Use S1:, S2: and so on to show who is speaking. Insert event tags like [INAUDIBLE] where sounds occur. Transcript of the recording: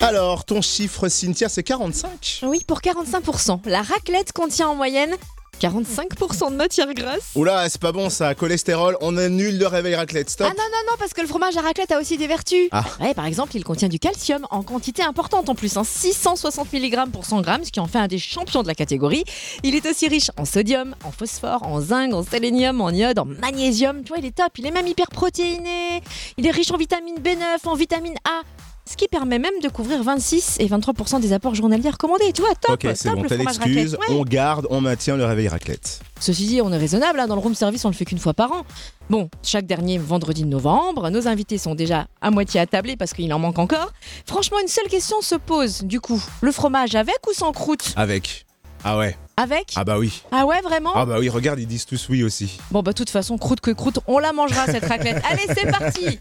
S1: Alors, ton chiffre cimetière, c'est 45
S2: Oui, pour 45%. La raclette contient en moyenne 45% de matière grasse.
S1: Oula, c'est pas bon ça, cholestérol, on annule le réveil raclette,
S2: Ah
S1: stop
S2: non, non, non, parce que le fromage à raclette a aussi des vertus.
S1: Ah.
S2: Ouais, par exemple, il contient du calcium en quantité importante en plus, hein, 660 mg pour 100 g, ce qui en fait un des champions de la catégorie. Il est aussi riche en sodium, en phosphore, en zinc, en sélénium, en iode, en magnésium. Tu vois, il est top, il est même hyper protéiné. Il est riche en vitamine B9, en vitamine A. Ce qui permet même de couvrir 26 et 23% des apports journaliers recommandés. Tu vois, top,
S1: Ok, c'est
S2: top
S1: bon,
S2: le
S1: t'as
S2: fromage
S1: l'excuse,
S2: raclette. Ouais.
S1: on garde, on maintient le réveil raclette.
S2: Ceci dit, on est raisonnable, hein, dans le room service, on le fait qu'une fois par an. Bon, chaque dernier vendredi de novembre, nos invités sont déjà à moitié attablés parce qu'il en manque encore. Franchement, une seule question se pose, du coup. Le fromage avec ou sans croûte
S1: Avec. Ah ouais,
S2: Avec
S1: ah bah oui.
S2: Ah ouais, vraiment
S1: Ah bah oui, regarde, ils disent tous oui aussi. [LAUGHS]
S2: Bon, bah, de toute façon, croûte que croûte, on la mangera cette raclette. Allez, c'est parti